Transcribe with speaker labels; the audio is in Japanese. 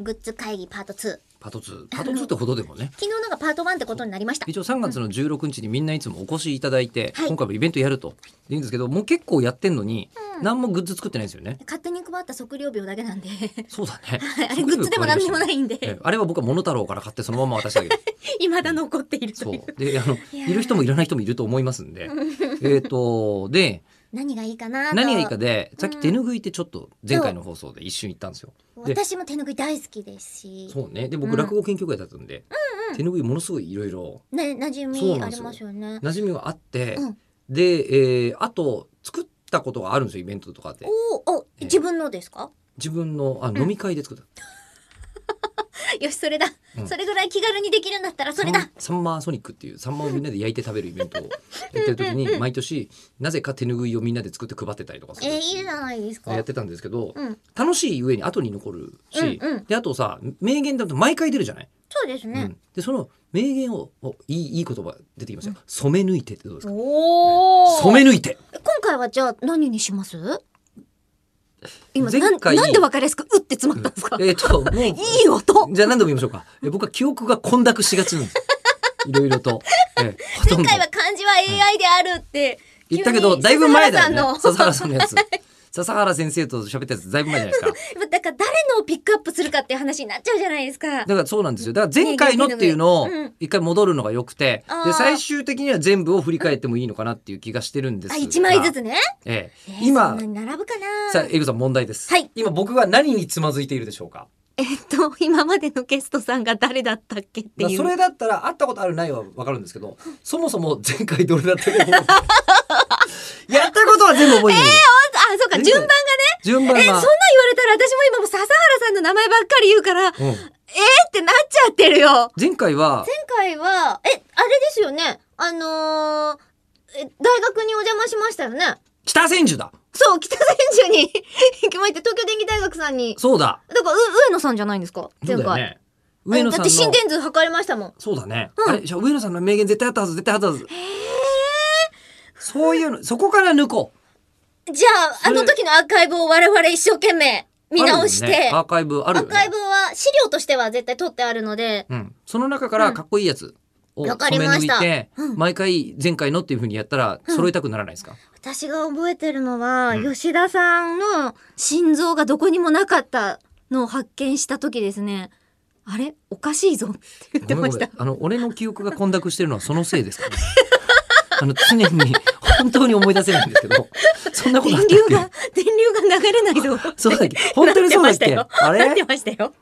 Speaker 1: グッズ会議パート2昨
Speaker 2: パート2パート2ってほどでもね
Speaker 1: 日なんかパート1ってことになりました
Speaker 2: 一応3月の16日にみんないつもお越しいただいて、
Speaker 1: はい
Speaker 2: 今回もイベントやると言うんですけどもう結構やってんのに、
Speaker 1: うん
Speaker 2: 何もグッズ作ってないんですよね
Speaker 1: 勝手に配った測量病だけなん で
Speaker 2: そうだ ね
Speaker 1: あれグッズでも何でもないん
Speaker 2: ええ
Speaker 1: で
Speaker 2: あれは僕はモノタロウから買ってそのまま渡したけど
Speaker 1: 未だ残っている
Speaker 2: そ
Speaker 1: という
Speaker 2: うであの
Speaker 1: いやー
Speaker 2: いる人もいらない人もいると思いますんでえっとで
Speaker 1: 何がいいかなと
Speaker 2: 何がいいかでさっ
Speaker 1: う
Speaker 2: き
Speaker 1: ん
Speaker 2: 手拭いってちょっと前回の放送で一瞬言ったんですよ。で
Speaker 1: 私も手拭い大好きですし
Speaker 2: そうねで
Speaker 1: う
Speaker 2: 僕
Speaker 1: ん
Speaker 2: 落語研究会だったんで、
Speaker 1: うん
Speaker 2: 手拭いものすごいいろいろ
Speaker 1: ね馴染
Speaker 2: そう
Speaker 1: み
Speaker 2: な
Speaker 1: あ
Speaker 2: ん
Speaker 1: り
Speaker 2: ですよ
Speaker 1: ますよね
Speaker 2: 馴染みがあって、
Speaker 1: うん
Speaker 2: で、えーあと作ったことがあるんですよイベントとかで
Speaker 1: おお
Speaker 2: ええ
Speaker 1: 自分のですか
Speaker 2: 自分のあ
Speaker 1: ん
Speaker 2: 飲み会で作った、
Speaker 1: よしそれだ
Speaker 2: うん
Speaker 1: それぐらい気軽にできるんだったらそれ
Speaker 2: サ
Speaker 1: だ
Speaker 2: ンサンマーソニックっていうサンマをみんなで焼いて食べるイベントをやってる時に毎年なぜか手拭いをみんなで作って配ってたりとかす
Speaker 1: え
Speaker 2: る
Speaker 1: ーいいじゃないですか
Speaker 2: やってたんですけど、
Speaker 1: うん
Speaker 2: 楽しい上に後に残るし、
Speaker 1: うんうん
Speaker 2: であとさ名言だと毎回出るじゃない、
Speaker 1: そうです
Speaker 2: う
Speaker 1: ね
Speaker 2: んでその名言をおいいいい言葉出てきましたよ、染め抜いてってどうですか
Speaker 1: おお
Speaker 2: 染め抜いて
Speaker 1: 今回はじゃあ何にします今
Speaker 2: 前
Speaker 1: なん
Speaker 2: 回
Speaker 1: なんで分かりやすくうって詰まったんですか、
Speaker 2: えっ、ともう
Speaker 1: いい音
Speaker 2: じゃあ何度も言いましょうかえ僕は記憶が混濁しがちなんです いろいろと、ええほとん
Speaker 1: 前回
Speaker 2: ど
Speaker 1: は漢字は AI であるって、
Speaker 2: 言ったけどだいぶ前だよね
Speaker 1: 笹
Speaker 2: 笹原さんの やつ笹原先生と喋ったやつだいぶ前じゃないですか
Speaker 1: だから誰のをピックアップするかっていう話になっちゃうじゃないですか
Speaker 2: だからそうなんですよだから前回のっていうのを
Speaker 1: ねえうん
Speaker 2: 一回戻るのが良くて
Speaker 1: あー
Speaker 2: で最終的には全部を振り返ってもいいのかなっていう気がしてるんです
Speaker 1: あ
Speaker 2: が
Speaker 1: 一枚ずつね、
Speaker 2: ええ
Speaker 1: えーそ
Speaker 2: 今
Speaker 1: んなに並ぶか
Speaker 2: さ あ
Speaker 1: な
Speaker 2: エイブさん問題です、
Speaker 1: はい
Speaker 2: 今僕は何につまずいているでしょうか
Speaker 1: えっと今までのゲストさんが誰だったっけって
Speaker 2: まあ
Speaker 1: いう、
Speaker 2: それだったら会ったことあるないは分かるんですけどそもそも前回どれだった か覚えてないやったことは全部覚えてる、
Speaker 1: あそうか順番が
Speaker 2: 順
Speaker 1: えそんな
Speaker 2: 番
Speaker 1: 言
Speaker 2: が
Speaker 1: われたら私も今もう笹原さんの名前ばっかり言うからえ
Speaker 2: うん
Speaker 1: ってなっちゃってるよ
Speaker 2: 前回は
Speaker 1: 前回はえあれですよねあのーえ大学にお邪魔しましたよね
Speaker 2: 北千住だ
Speaker 1: そう北千住に 行きまして東京電機大学さんに
Speaker 2: そうだ
Speaker 1: だからう上野さんじゃないんですか前
Speaker 2: そうだよ
Speaker 1: 回、
Speaker 2: ね上野さ
Speaker 1: だ
Speaker 2: ん
Speaker 1: って
Speaker 2: の
Speaker 1: 心電図測れましたもん
Speaker 2: そうだね、
Speaker 1: うん
Speaker 2: あれじゃあ上野さんの名言絶対あったはず絶対あったはずそういうのそこから抜こう
Speaker 1: じゃああ
Speaker 2: それ
Speaker 1: の時のアーカイブを我々一生懸命見直して、
Speaker 2: あるよねアーカイブあ
Speaker 1: ア
Speaker 2: るよ
Speaker 1: ー
Speaker 2: ね
Speaker 1: カイブは資料としては絶対取ってあるので
Speaker 2: うん、その中からかっこいいやつを
Speaker 1: うんわかり
Speaker 2: 染め
Speaker 1: ま
Speaker 2: 抜
Speaker 1: し
Speaker 2: い
Speaker 1: た
Speaker 2: て、
Speaker 1: うん
Speaker 2: 毎回前回のっていうふうにやったら揃えたくならないですか、
Speaker 1: 私が覚えてるのは、
Speaker 2: うん
Speaker 1: 吉田さんの心臓がどこにもなかったのを発見した時ですねあれおかしいぞって言って
Speaker 2: ご
Speaker 1: ま
Speaker 2: めんご
Speaker 1: し
Speaker 2: め
Speaker 1: た
Speaker 2: んあの俺の記憶が混濁してるのはそのせいですかね あの常に本当に思い出せないんですけどそんなことあ
Speaker 1: 電
Speaker 2: った
Speaker 1: 流
Speaker 2: っけ
Speaker 1: が電流が流れないぞ
Speaker 2: そうだっけ本当にそうだっけ
Speaker 1: なってましたよ
Speaker 2: あ
Speaker 1: なっ
Speaker 2: れ
Speaker 1: てましたよ